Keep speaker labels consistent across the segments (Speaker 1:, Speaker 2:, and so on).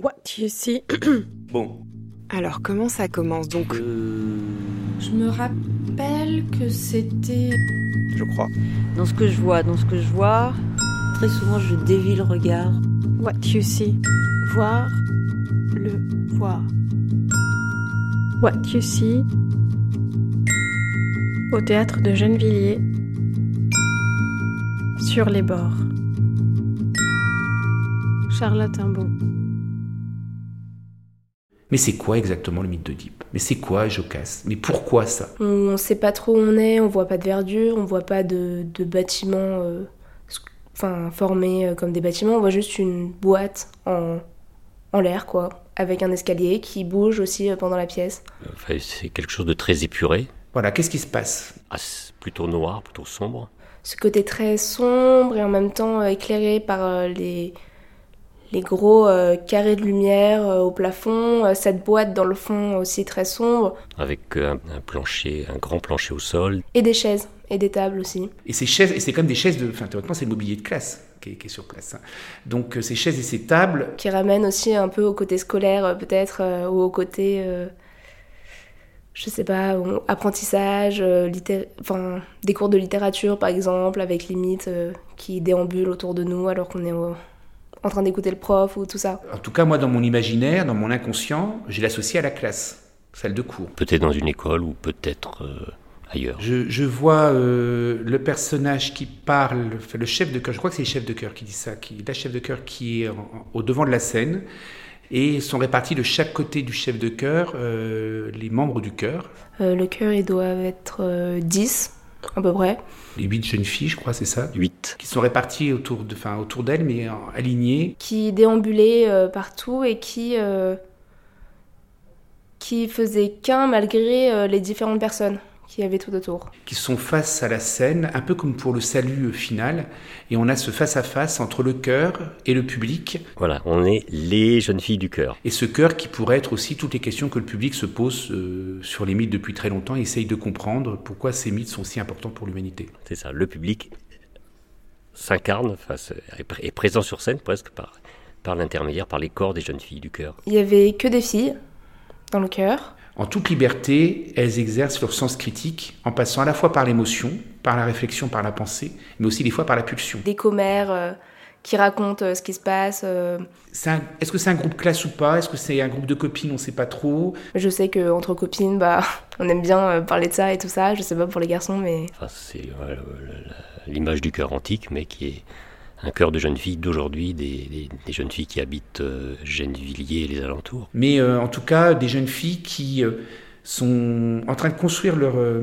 Speaker 1: What you see.
Speaker 2: Bon.
Speaker 3: Alors comment ça commence donc
Speaker 4: Euh, Je me rappelle que c'était.
Speaker 2: Je crois.
Speaker 5: Dans ce que je vois, dans ce que je vois, très souvent je dévie le regard.
Speaker 1: What you see. Voir. Le voir. What you see. Au théâtre de Gennevilliers. Sur les bords. Charlotte Imbaud.
Speaker 6: Mais c'est quoi exactement le mythe d'Oedipe Mais c'est quoi Jocaste Mais pourquoi ça
Speaker 7: On ne sait pas trop où on est, on voit pas de verdure, on voit pas de, de bâtiments euh, sc- enfin, formés euh, comme des bâtiments, on voit juste une boîte en, en l'air, quoi, avec un escalier qui bouge aussi euh, pendant la pièce.
Speaker 8: Enfin, c'est quelque chose de très épuré,
Speaker 6: Voilà, qu'est-ce qui se passe
Speaker 8: assez- plutôt noir, plutôt sombre.
Speaker 7: Ce côté très sombre et en même temps euh, éclairé par euh, les, les gros euh, carrés de lumière euh, au plafond, euh, cette boîte dans le fond aussi très sombre,
Speaker 8: Avec euh, un, un plancher, un grand plancher au sol.
Speaker 7: et des chaises et des tables aussi.
Speaker 6: Et ces chaises, et c'est comme des chaises de. Enfin, théoriquement, c'est le mobilier de classe qui est, qui est sur place. hein. Donc, euh, ces chaises et ces tables,
Speaker 7: qui ramène aussi un peu au côté scolaire euh, peut-être euh, ou au côté euh, je sais pas au- apprentissage euh, litté- enfin des cours de littérature par exemple avec les mythes euh, qui déambulent autour de nous alors qu'on est au- en train d'écouter le prof ou tout ça
Speaker 6: en tout cas, moi, dans mon imaginaire, dans mon inconscient, je l'associe à la classe, salle de cours.
Speaker 8: Peut-être dans une école ou peut-être euh, ailleurs.
Speaker 6: Je, je vois euh, le personnage qui parle, enfin, le chef de chœur, je crois que c'est le chef de chœur qui dit ça, qui, la chef de chœur qui est en- en- au devant de la scène, et sont répartis de chaque côté du chef de chœur euh, les membres du chœur.
Speaker 7: Euh, le cœur ils doivent être euh, 10 à peu près
Speaker 6: Les huit jeunes filles, je crois, c'est ça,
Speaker 8: 8.
Speaker 6: qui sont réparties autour de, enfin, autour d'elle, mais en- alignées.
Speaker 7: qui déambulaient euh, partout et qui euh, qui faisaient qu'un malgré euh, les différentes personnes qui avaient tout autour
Speaker 6: qui sont face à la scène, un peu comme pour le salut euh, final, et on a ce face-à-face entre le cœur et le public,
Speaker 8: Voilà, on est les jeunes filles du cœur.
Speaker 6: et ce cœur qui pourrait être aussi toutes les questions que le public se pose euh, sur les mythes depuis très longtemps et essaye de comprendre pourquoi ces mythes sont si importants pour l'humanité.
Speaker 8: C'est ça, le public s'incarne, enfin, se- est pr- est présent sur scène presque par, par l'intermédiaire, par les corps des jeunes filles du cœur.
Speaker 7: Il y avait que des filles dans le chœur.
Speaker 6: En toute liberté, elles exercent leur sens critique en passant à la fois par l'émotion, par la réflexion, par la pensée, mais aussi des fois par la pulsion.
Speaker 7: Des commères euh, qui racontent euh, ce qui se passe. euh.
Speaker 6: C'est un- Est-ce que c'est un groupe classe ou pas Est-ce que c'est un groupe de copines On ne sait pas trop.
Speaker 7: Je sais que entre copines, bah, on aime bien euh, parler de ça et tout ça. Je sais pas pour les garçons, mais
Speaker 8: Enfin, c'est euh, le- le- la- l'image du cœur antique, mais qui est un cœur de jeunes filles d'aujourd'hui, des, des- des jeunes filles qui habitent euh, Gennevilliers et les alentours.
Speaker 6: mais euh, en tout cas des jeunes filles qui euh, sont en train de construire leur, euh,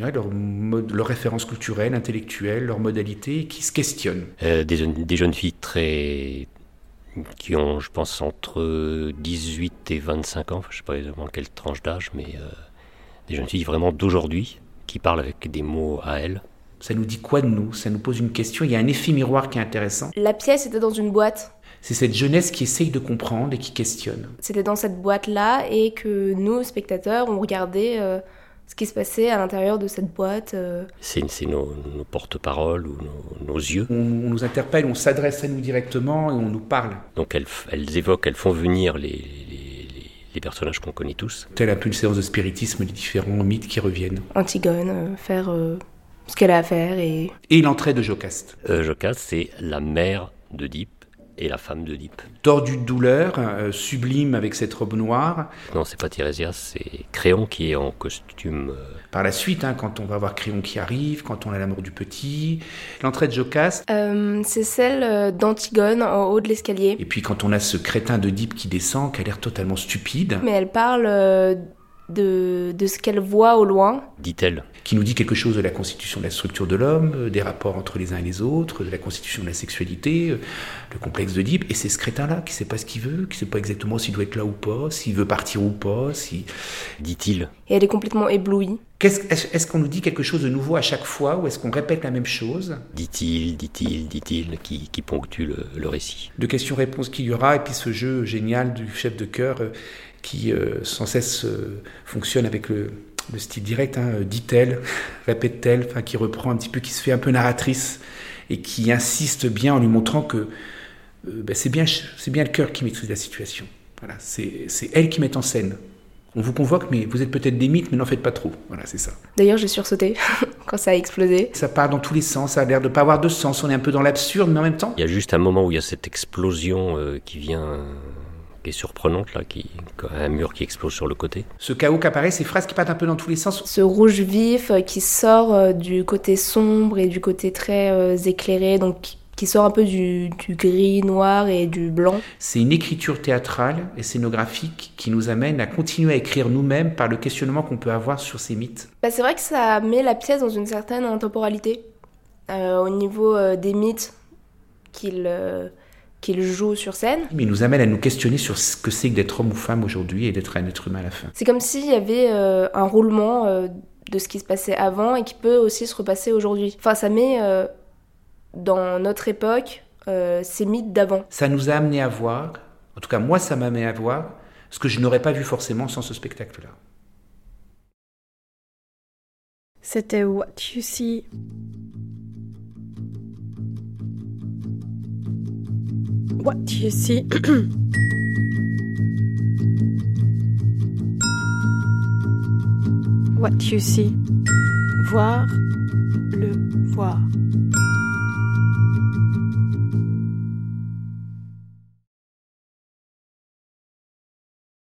Speaker 6: ouais, leur, mode, leur référence culturelle, intellectuelle, leur modalité, et qui se questionnent.
Speaker 8: Euh, des, jeunes- des jeunes filles très qui ont, je pense, entre 18 et 25 ans, enfin, je ne sais pas exactement quelle tranche d'âge, mais euh, des jeunes filles vraiment d'aujourd'hui, qui parlent avec des mots à elles.
Speaker 6: Ça nous dit quoi de nous Ça nous pose une question, il y a un effet miroir qui est intéressant.
Speaker 7: la pièce était dans une boîte.
Speaker 6: C'est cette jeunesse qui essaye de comprendre et qui questionne.
Speaker 7: C'était dans cette boîte là et que nous, spectateurs, on regardait euh, ce qui se passait à l'intérieur de cette boîte. euh.
Speaker 8: C'est c'est nos, nos porte-paroles ou nos- nos yeux.
Speaker 6: On, on nous interpelle, on s'adresse à nous directement et on nous parle.
Speaker 8: Donc elles, f- elles évoquent, elles font venir les, les- les- les personnages qu'on connaît tous.
Speaker 6: Telle un peu une séance de spiritisme, les différents mythes qui reviennent.
Speaker 7: Antigone, euh, faire euh, ce qu'elle a à faire et
Speaker 6: Et l'entrée de Jocaste.
Speaker 8: Euh, Jocaste, c'est la mère d'Oedipe et la femme d'Oedipe.
Speaker 6: Tordue de douleur, euh, sublime avec cette robe noire,
Speaker 8: Non, c'est pas Tirésias, c'est Créon qui est en costume. euh,
Speaker 6: Par la suite, hein, quand on va voir Créon qui arrive, quand on a la mort du petit, l'entrée de Jocaste,
Speaker 7: Euh, c'est celle euh, d'Antigone en haut de l'escalier.
Speaker 6: et puis quand on a ce crétin de Deep qui descend, qui a l'air totalement stupide,
Speaker 7: Mais elle parle euh, de, de ce qu'elle voit au loin
Speaker 8: Dit-elle,
Speaker 6: qui nous dit quelque chose de la constitution de la structure de l'homme, euh, des rapports entre les uns et les autres, de la constitution de la sexualité, euh, le complexe de Deep, et c'est ce crétin-là qui sait pas ce qu'il veut, qui sait pas exactement s'il doit être là ou pas, s'il veut partir ou pas, si...
Speaker 8: dit-il.
Speaker 7: et elle est complètement éblouie.
Speaker 6: Qu'est-ce- est-ce est-ce qu'on nous dit quelque chose de nouveau à chaque fois, ou est-ce qu'on répète la même chose
Speaker 8: Dit-il, dit-il, dit-il, qui, qui ponctue le, le récit.
Speaker 6: de questions-réponses qu'il y aura, et puis ce jeu génial du chef de chœur euh, qui euh, sans cesse euh, fonctionne avec le, le style direct, hein, euh, dit-elle, répète-t-elle, enfin, qui reprend un petit peu, qui se fait un peu narratrice, et qui insiste bien en lui montrant que euh, ben, c'est bien, ch- c'est bien le cœur qui maîtrise la situation. Voilà, c'est c'est elle qui met en scène. On vous convoque, mais vous êtes peut-être des mythes, mais n'en faites pas trop. Voilà, c'est ça.
Speaker 7: D'ailleurs, j'ai sursauté quand ça a explosé.
Speaker 6: Ça part dans tous les sens, ça a l'air de pas avoir de sens, on est un peu dans l'absurde, mais en même temps,
Speaker 8: Il y a juste un moment où il y a cette explosion euh, qui vient, euh, qui est surprenante, là, qui, un mur qui explose sur le côté.
Speaker 6: ce chaos qu'apparaît, ces phrases qui partent un peu dans tous les sens,
Speaker 7: Ce rouge vif euh, qui sort euh, du côté sombre et du côté très euh, éclairé, donc qui- qui sort un peu du, du gris, noir et du blanc.
Speaker 6: c'est une écriture théâtrale et scénographique qui nous amène à continuer à écrire nous-mêmes par le questionnement qu'on peut avoir sur ces mythes.
Speaker 7: Bah, c'est vrai que ça met la pièce dans une certaine intemporalité euh, au niveau euh, des mythes qu'il euh, qu'il joue sur scène.
Speaker 6: Mais il nous amène à nous questionner sur ce que c'est que d'être homme ou femme aujourd'hui et d'être un être humain à la fin.
Speaker 7: C'est comme s'il y avait euh, un roulement euh, de ce qui se passait avant et qui peut aussi se repasser aujourd'hui. Enfin, ça met euh, dans notre époque euh, ces mythes d'avant.
Speaker 6: Ça nous a amené à voir, en tout cas moi ça m'a amené à voir, ce que je n'aurais pas vu forcément sans ce spectacle-là.
Speaker 1: C'était What You See. What You See. What You See. Voir le voir.